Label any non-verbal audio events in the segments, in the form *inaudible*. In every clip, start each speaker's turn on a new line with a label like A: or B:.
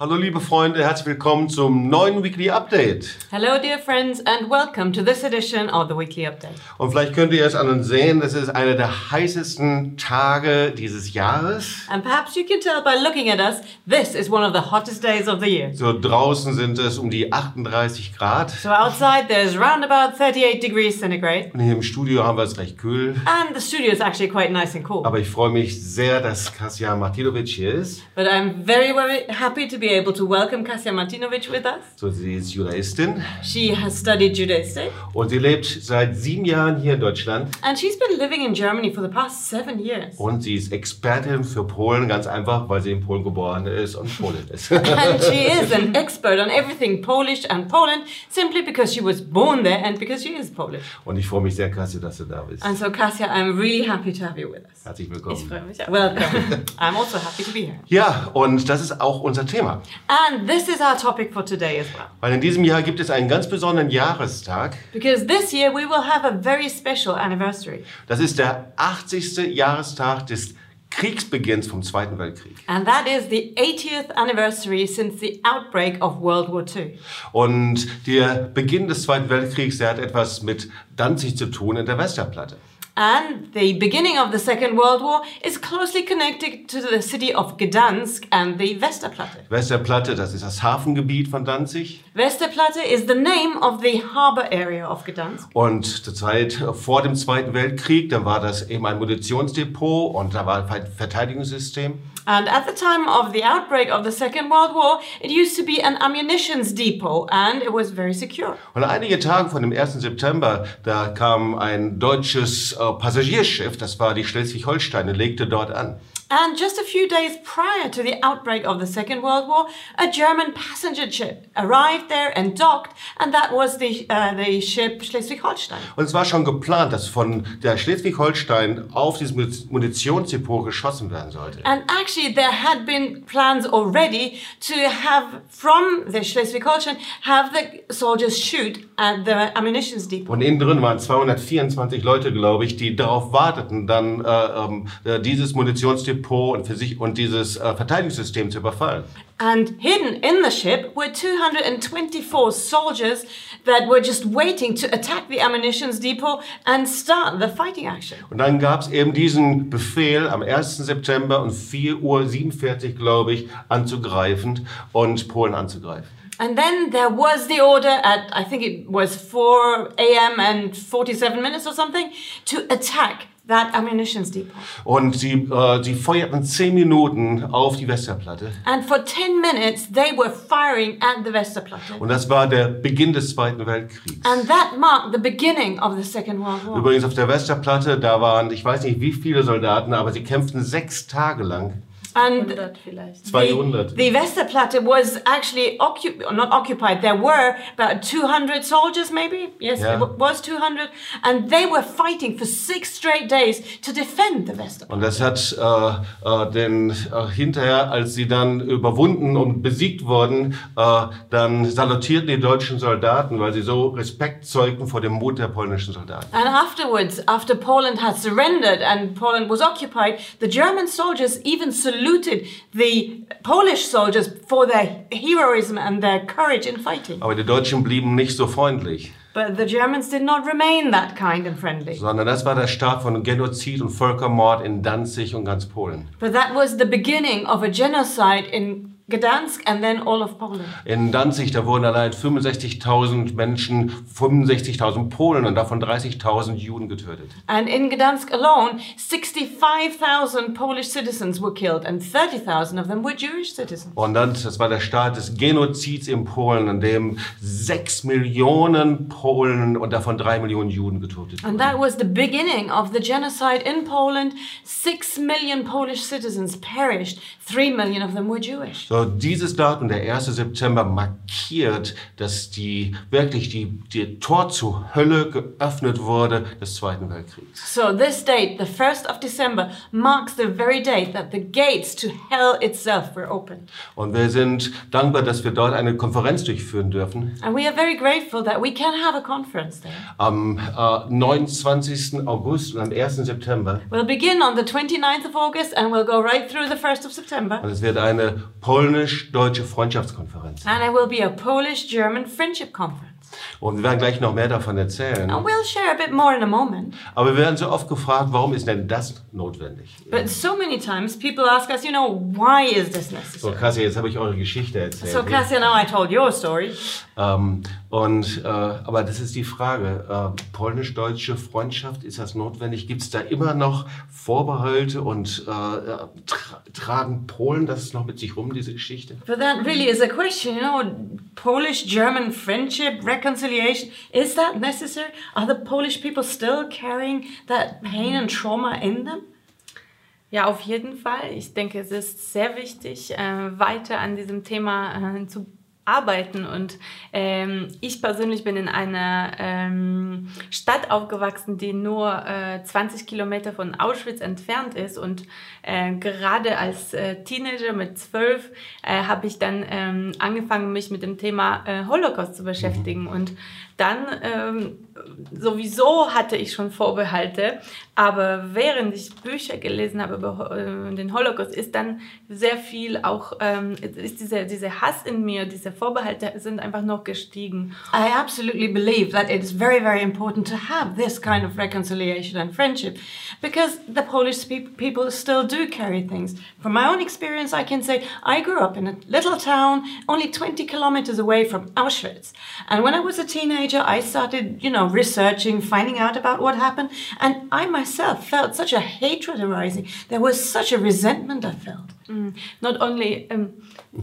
A: Hallo liebe Freunde, herzlich willkommen zum neuen Weekly Update.
B: Hello, dear friends, and welcome to this edition of the Weekly Update.
A: Und vielleicht könnt ihr es an uns sehen, das ist einer der heißesten Tage dieses Jahres.
B: And perhaps you can tell by looking at us, this is one of the hottest days of the year.
A: So draußen sind es um die 38 Grad.
B: So outside there's round about 38 degrees centigrade,
A: Und hier im Studio haben wir es recht kühl.
B: and the studio is actually quite nice and cool.
A: Aber ich freue mich sehr, dass Kasia Martinovic hier ist.
B: But I'm very, very happy to be able to welcome Kasia Martinovic with us.
A: So, sie ist Judaistin
B: She has studied Judaistik,
A: und sie lebt seit sieben Jahren hier in Deutschland.
B: and she's been living in Germany for the past seven years.
A: Und sie ist Expertin für Polen, ganz einfach, weil sie in Polen geboren ist und Polin ist. *laughs*
B: And she is an expert on everything Polish and Poland simply because she was born there and because she is Polish.
A: Und ich freue mich sehr, Kasia, dass du da bist.
B: And so, Kasia, I'm really happy to have you with us.
A: Herzlich
B: Also,
A: willkommen.
B: Ich freue mich. auch. Welcome. Um, *laughs* I'm also happy to be here.
A: Ja, und das ist auch unser Thema.
B: And this is our topic for today as well.
A: Weil in diesem Jahr gibt es einen ganz besonderen Jahrestag.
B: Because this year we will have a very special anniversary.
A: Das ist der 80. Jahrestag des Kriegsbeginns vom Zweiten Weltkrieg.
B: And that is the 80th anniversary since the outbreak of World War II.
A: Und der Beginn des Zweiten Weltkriegs, der hat etwas mit Danzig zu tun in der Westerplatte.
B: And the beginning of the Second World War is closely connected to the city of Gdansk and the Westerplatte.
A: Westerplatte, das ist das Hafengebiet von Danzig.
B: Westerplatte is the name of the harbor area of Gdansk.
A: Und zur Zeit vor dem Zweiten Weltkrieg, da war das eben ein Munitionsdepot und da war ein Verteidigungssystem.
B: And at the time of the outbreak of the Second World War, it used to be an ammunitions depot and it was very secure.
A: Und einige Tage vor dem 1. September, da kam ein deutsches äh, Passagierschiff, das war die Schleswig-Holstein, und legte dort an.
B: And just a few days prior to the outbreak of the Second World War, a German passenger ship arrived there and docked, and that was the, uh, the ship Schleswig-Holstein.
A: Und es war schon geplant, dass von der Schleswig-Holstein auf dieses Muniz- Munitionsdepot geschossen werden sollte.
B: And actually, there had been plans already to have from the Schleswig-Holstein have the soldiers shoot at the ammunitions depot.
A: Und innen drin waren 224 Leute, glaube ich, die darauf warteten, dann äh, ähm, äh, dieses Munitionsdepot und für sich und dieses äh, Verteidigungssystem zu überfallen.
B: And hidden in the ship were 224 soldiers that were just waiting to attack the ammunitions depot and start the fighting action.
A: Und dann gab es eben diesen Befehl am 1. September um 4.47 Uhr, glaube ich, anzugreifen und Polen anzugreifen.
B: And then there was the order at, I think it was 4 a.m. and 47 minutes or something, to attack that ammunitions depot.
A: Und sie, äh, sie feuerten 10 Minuten auf die Westerplatte.
B: And for 10 minutes, they were firing at the Westerplatte.
A: Und das war der Beginn des Zweiten Weltkriegs.
B: And that marked the beginning of the Second World War.
A: Übrigens auf der Westerplatte, da waren, ich weiß nicht wie viele Soldaten, aber sie kämpften sechs Tage lang.
B: And
C: 100 vielleicht.
A: 200.
B: The, the Westerplatte was actually occupied, not occupied. There were about 200 soldiers, maybe. Yes,
A: Yeah.
B: it w- was 200, and they were fighting for six straight days to defend the Westerplatte.
A: Und das hat äh, äh, denn äh, hinterher, als sie dann überwunden und besiegt wurden, äh, dann salutierten die deutschen Soldaten, weil sie so Respekt zeugten vor dem Mut der polnischen Soldaten.
B: And afterwards, after Poland had surrendered and Poland was occupied, the German soldiers even saluted the Polish soldiers for their heroism and their courage in fighting.
A: Aber die Deutschen blieben nicht so freundlich,
B: But the Germans did not remain that kind and friendly.
A: sondern das war der Start von Genozid und Völkermord in Danzig und ganz Polen.
B: But that was the beginning of a genocide in Gdansk and then all of Poland.
A: In Danzig, da wurden allein 65.000 Menschen, 65.000 Polen und davon 30.000 Juden getötet.
B: And in Gdansk alone, 65,000 Polish citizens were killed and 30,000 of them were Jewish citizens.
A: Und dann, das war der Start des Genozids in Polen, in dem sechs Millionen Polen und davon drei Millionen Juden getötet
B: And
A: wurden.
B: that was the beginning of the genocide in Poland. Six million Polish citizens perished, three million of them were Jewish.
A: So, dieses Datum, der 1. September, markiert, dass die, wirklich die, die Tor zur Hölle geöffnet wurde des Zweiten Weltkriegs.
B: So this date, the 1st of December, marks the very date that the gates to hell itself were opened.
A: Und wir sind dankbar, dass wir dort eine Konferenz durchführen dürfen.
B: And we are very grateful that we can have a conference there.
A: am äh, 29. August und am 1. September.
B: We'll begin on the 29th of August and we'll go right through the 1st of September.
A: Und es wird eine polnisch-deutsche Freundschaftskonferenz.
B: And there will be a Polish German friendship conference.
A: Und wir werden gleich noch mehr davon erzählen.
B: And we'll share a bit more in a moment.
A: Aber wir werden so oft gefragt, warum ist denn das notwendig?
B: But so many times people ask us, you know, why is this necessary?
A: So, Kassia, jetzt habe ich eure Geschichte erzählt.
B: So, Cassia, now I told your story.
A: Ähm, und, äh, aber das ist die Frage. Äh, Polnisch-deutsche Freundschaft, ist das notwendig? Gibt es da immer noch Vorbehalte und äh, tra tragen Polen das noch mit sich rum, diese Geschichte?
B: But that really is a question, you know, Polish German friendship, reconciliation, is that necessary? Are the Polish people still carrying that pain and trauma in them?
C: Ja, auf jeden Fall. Ich denke, es ist sehr wichtig, äh, weiter an diesem Thema äh, zu arbeiten. Und ähm, ich persönlich bin in einer ähm, Stadt aufgewachsen, die nur äh, 20 Kilometer von Auschwitz entfernt ist. Und äh, gerade als äh, Teenager mit zwölf äh, habe ich dann ähm, angefangen, mich mit dem Thema äh, Holocaust zu beschäftigen. Und dann ähm, sowieso hatte ich schon Vorbehalte, aber während ich Bücher gelesen habe über Ho- äh, den Holocaust, ist dann sehr viel auch, ähm, ist dieser diese Hass in mir, diese Vorbehalte sind einfach noch gestiegen.
B: I absolutely believe that it's very, very important to have this kind of reconciliation and friendship because the Polish pe- people still do carry things. From my own experience, I can say I grew up in a little town only 20 kilometers away from Auschwitz. And when I was a teenager, I started, you know, researching, finding out about what happened. And I myself felt such a hatred arising. There was such a resentment I felt.
C: Not only, ähm,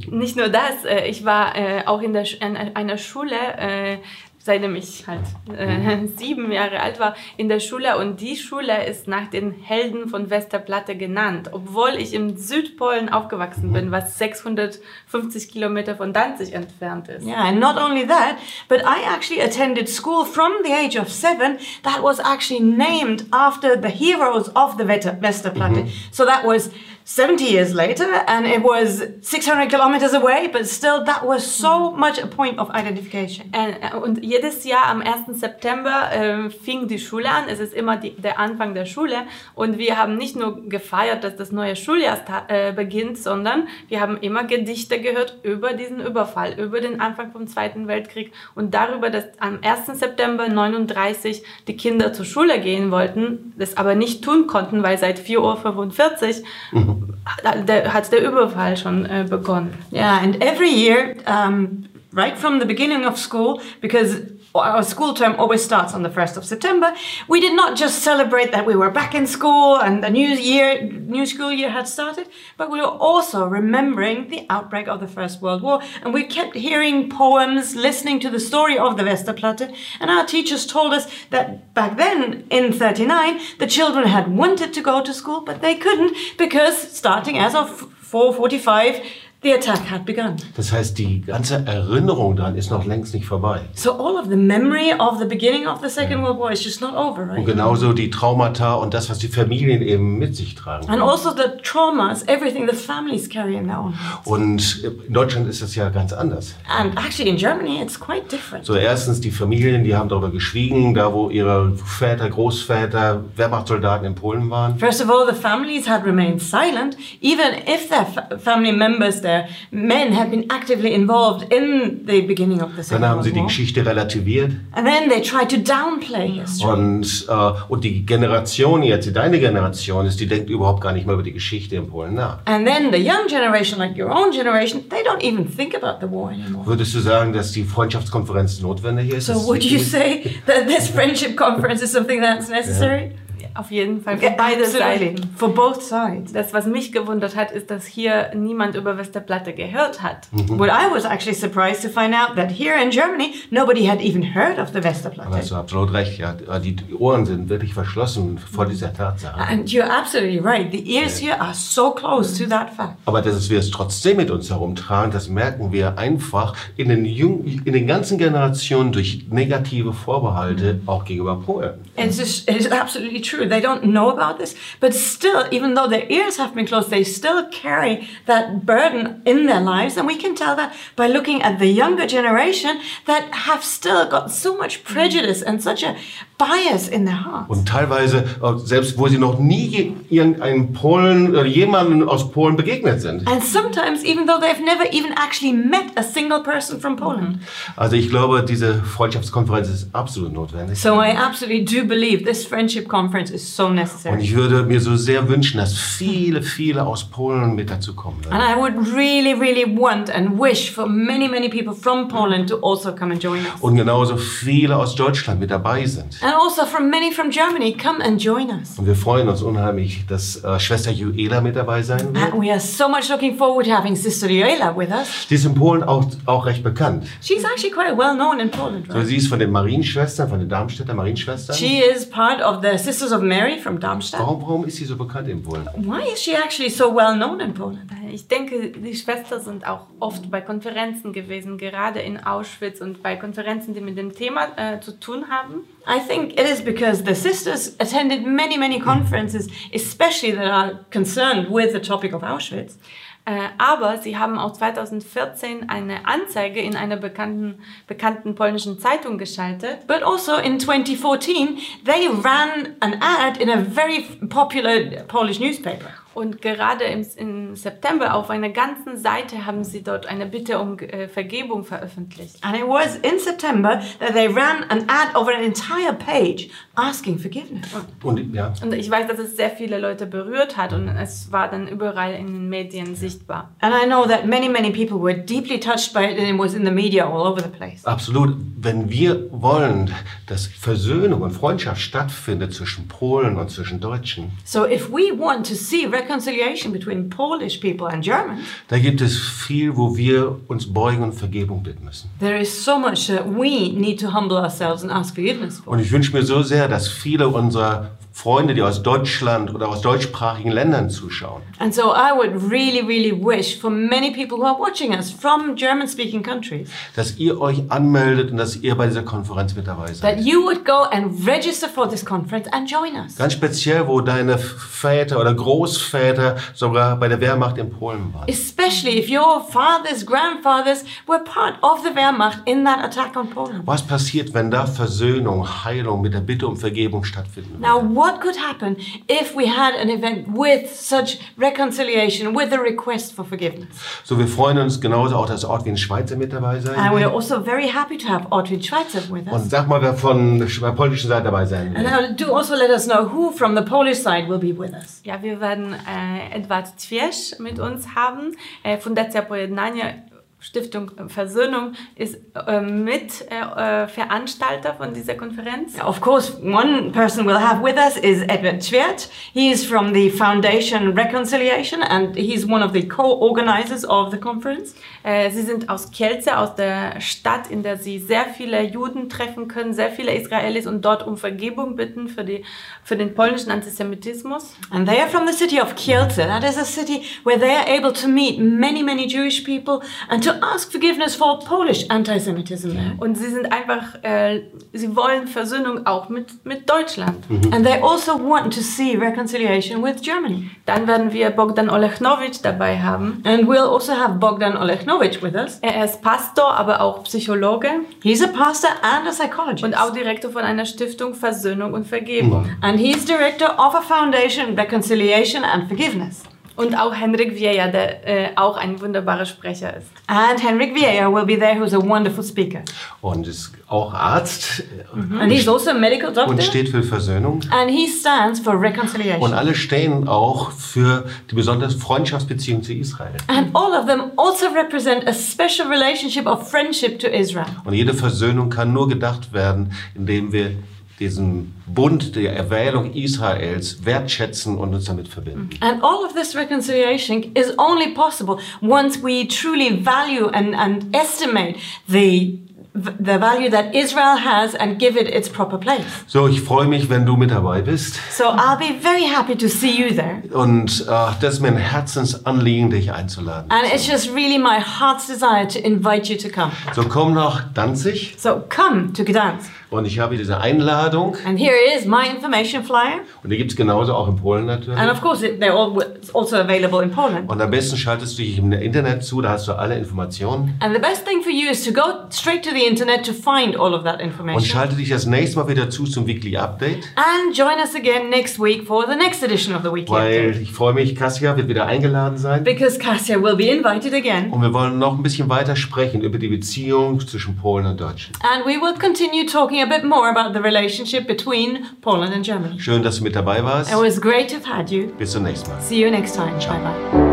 C: nicht nur das, äh, ich war äh, auch in, der, Sch- in einer Schule, äh, seitdem ich halt äh, *laughs* sieben Jahre alt war, in der Schule und die Schule ist nach den Helden von Westerplatte genannt, obwohl ich in Südpolen aufgewachsen bin, was 650 Kilometer von Danzig entfernt ist.
B: Yeah, and not only that, but I actually attended school from the age of seven that was actually named after the heroes of the Wet- Westerplatte. So that was 70 years later, and it was 600 kilometers away, but still, that was so much a point of identification.
C: Äh, Und jedes Jahr am 1. September äh, fing die Schule an. Es ist immer die, der Anfang der Schule. Und wir haben nicht nur gefeiert, dass das neue Schuljahr sta- äh, beginnt, sondern wir haben immer Gedichte gehört über diesen Überfall, über den Anfang vom Zweiten Weltkrieg und darüber, dass am 1. September 39 die Kinder zur Schule gehen wollten, das aber nicht tun konnten, weil seit 4.45 Uhr hat der, hat der Überfall schon äh, begonnen.
B: Yeah, and every year, um, right from the beginning of school, because our school term always starts on the 1st of September, we did not just celebrate that we were back in school and the new year, new school year had started, but we were also remembering the outbreak of the First World War. And we kept hearing poems, listening to the story of the Westerplatte. And our teachers told us that back then, in 39, the children had wanted to go to school, but they couldn't because starting as of 4.45, the attack had begun.
A: Das heißt, die ganze Erinnerung daran ist noch längst nicht vorbei.
B: So all of the memory of the beginning of the Second World War is just not over,
A: Und
B: right?
A: genauso die Traumata und das, was die Familien eben mit sich tragen.
B: And also the traumas, everything the families carry in their own.
A: Und in Deutschland ist das ja ganz anders.
B: And actually in Germany it's quite different.
A: So erstens die Familien, die haben darüber geschwiegen, da wo ihre Väter, Großväter, Wehrmachtssoldaten in Polen waren.
B: First of all, the families had remained silent, even if their fa- family members, their men, had been actively involved in the beginning of the
A: Dann
B: Second
A: haben sie
B: World
A: die
B: War.
A: Geschichte relativiert
B: And then they tried to downplay history.
A: und, äh, und die Generation jetzt, deine Generation ist, die denkt überhaupt gar nicht mehr über die Geschichte in Polen nach.
B: And then the young generation, like your own generation, they don't even think about the war anymore.
A: Würdest du sagen, dass die Freundschaftskonferenz notwendig ist?
B: So
A: Dass
B: would
A: sie-
B: you say that this friendship conference is something that's necessary?
C: Auf jeden Fall für beide
B: Absolutely.
C: Seiten.
B: For both sides.
C: Das, was mich gewundert hat, ist, dass hier niemand über Westerplatte gehört hat.
B: Well, I was actually surprised to find out that here in Germany, nobody had even heard of the
A: Da hast
B: Westerplatte.
A: du absolut recht, ja. Die Ohren sind wirklich verschlossen vor dieser Tatsache.
B: And you're absolutely right. The ears here are so close to that fact.
A: Aber dass wir es trotzdem mit uns herumtragen, das merken wir einfach in den, jung, in den ganzen Generationen durch negative Vorbehalte auch gegenüber Polen.
B: It's just, it's absolutely true. They don't know about this, but still, even though their ears have been closed, they still carry that burden in their lives. And we can tell that by looking at the younger generation that have still got so much prejudice and such a bias in their hearts.
A: Und teilweise, äh, selbst wo sie noch nie irgendeinem Polen oder jemanden aus Polen begegnet sind.
B: And sometimes, even though they've never even actually met a single person from Poland.
A: Also ich glaube, diese Freundschaftskonferenz ist absolut notwendig.
B: So I absolutely do believe this friendship conference is so
A: Und
B: necessary.
A: ich würde mir so sehr wünschen, dass viele, viele aus Polen mit dazu kommen.
B: And I would really, really want and wish for many, many people from Poland to also come and join us.
A: Und genauso viele aus Deutschland mit dabei sind.
B: And also from many from Germany, come and join us.
A: Und wir freuen uns unheimlich, dass äh, Schwester Juela mit dabei sein wird.
B: And we are so much looking forward to having Sister Yoela with us.
A: Die ist in Polen auch, auch recht bekannt.
B: She's actually quite well known in Poland,
A: So,
B: right?
A: sie ist von den Marienschwestern, von den Darmstädter Marienschwestern.
B: She is part of the Sisters of Mary from Darmstadt.
A: Warum, warum ist sie so bekannt in Polen?
B: Why is she actually so well known in Poland?
C: Ich denke, die Schwestern sind auch oft bei Konferenzen gewesen, gerade in Auschwitz und bei Konferenzen, die mit dem Thema äh, zu tun haben.
B: I think it is because the sisters attended many, many conferences, especially that are concerned with the topic of Auschwitz.
C: Äh, aber sie haben auch 2014 eine Anzeige in einer bekannten, bekannten polnischen Zeitung geschaltet.
B: But also in 2014, they ran an ad in a very popular Polish newspaper.
C: Und gerade im, im September auf einer ganzen Seite haben sie dort eine Bitte um äh, Vergebung veröffentlicht.
B: And it was in September that they ran an ad over an entire page asking forgiveness.
A: Und ja,
C: Und ich weiß, dass es sehr viele Leute berührt hat und es war dann überall in den Medien sichtbar.
B: And I know that many, many people were deeply touched by it and it was in the media all over the place.
A: absolut. Wenn wir wollen, dass Versöhnung und Freundschaft stattfindet zwischen Polen und zwischen Deutschen,
B: So if we want to see reconciliation between Polish people and Germans,
A: da gibt es viel, wo wir uns beugen und Vergebung bitten müssen.
B: There is so much that we need to humble ourselves and ask forgiveness for.
A: Und ich wünsche mir so sehr, dass viele unserer Freunde, die aus Deutschland oder aus deutschsprachigen Ländern zuschauen,
B: And so I would really, really wish for many people who are watching us from German speaking countries
A: dass ihr euch anmeldet und dass ihr bei dieser Konferenz mit dabei seid.
B: that you would go and register for this conference and join us.
A: Ganz speziell, wo deine Väter oder Großväter sogar bei der Wehrmacht in Polen waren.
B: Especially if your fathers, grandfathers were part of the Wehrmacht in that attack on Poland.
A: Was passiert, wenn da Versöhnung, Heilung mit der Bitte um Vergebung stattfinden
B: Now,
A: würde?
B: what could happen if we had an event with such reconciliation, with a request for forgiveness?
A: So, wir freuen uns genauso auch, dass Ortwin Schweizer mit dabei sein
B: And we're
A: wird.
B: also very happy to have Ortwin Schweitzer with us.
A: Und sag mal, wer von der polnischen Seite dabei sein
B: And
A: wird.
B: now do also let us know who from the Polish side will be with us.
C: Ja, wir werden äh, Edward Zwiersch mit uns haben. Äh, Fundacja Pojednanie Stiftung Versöhnung ist äh, mit äh, äh, Veranstalter von dieser Konferenz.
B: Of course, one person we'll have with us is Edward Twiert. He is from the Foundation Reconciliation and he's one of the co-organizers of the conference.
C: Äh, Sie sind aus Kielce, aus der Stadt, in der Sie sehr viele Juden treffen können, sehr viele Israelis und dort um Vergebung bitten für, die, für den polnischen Antisemitismus.
B: And they are from the city of Kielce. That is a city where they are able to meet many, many Jewish people and to ask forgiveness for Polish anti-Semitism there.
C: Und Sie sind einfach, äh, Sie wollen Versöhnung auch mit, mit Deutschland.
A: Mm-hmm.
B: And they also want to see reconciliation with Germany.
C: Dann werden wir Bogdan Olechnowicz dabei haben.
B: And we'll also have Bogdan Olechnovich with us.
C: Er ist Pastor, aber auch Psychologe
B: He's a pastor and a psychologist.
C: und auch Direktor von einer Stiftung Versöhnung und Vergebung.
B: And he's director of a foundation, Reconciliation and Forgiveness.
C: Und auch Henrik Vieja, der äh, auch ein wunderbarer Sprecher ist.
B: And Henrik Vieira will be there, who's a wonderful speaker.
A: Und ist auch Arzt äh,
B: And he's also a medical
A: und
B: doctor.
A: steht für Versöhnung.
B: And he stands for
A: Und
B: reconciliation.
A: alle stehen auch für die besondere Freundschaftsbeziehung zu Israel.
B: And all of them also represent a special relationship of friendship to Israel.
A: Und jede Versöhnung kann nur gedacht werden, indem wir diesen Bund der Erwählung Israels wertschätzen und uns damit verbinden.
B: And all of this reconciliation is only possible once we truly value and, and estimate the, the value that Israel has and give it its proper place.
A: So, ich freue mich, wenn du mit dabei bist.
B: So I'll be very happy to see you there.
A: Und äh, das ist mir ein Herzensanliegen, dich einzuladen.
B: And it's just really my heart's desire to invite you to come.
A: So, komm nach Danzig.
B: So come to Gdansk.
A: Und ich habe diese Einladung.
B: And here is my information flyer.
A: Und die gibt es genauso auch in Polen
B: And
A: natürlich.
B: of course, it, they're all, it's also available in Poland.
A: Und am besten schaltest du dich im Internet zu, da hast du alle Informationen.
B: And the best thing for you is to go straight to the the internet to find all of that information.
A: Und schalte dich das nächste Mal wieder zu zum Weekly Update,
B: And join us again next week for the next edition of the Weekly
A: weil
B: Update.
A: ich freue mich, Kasia wird wieder eingeladen sein.
B: Because Kasia will be invited again.
A: Und wir wollen noch ein bisschen weiter sprechen über die Beziehung zwischen Polen und Deutschland.
B: And we will continue talking a bit more about the relationship between Poland and Germany.
A: Schön, dass du mit dabei warst.
B: It was great to have had you.
A: Bis zum nächsten Mal.
B: See you next time. Bye bye.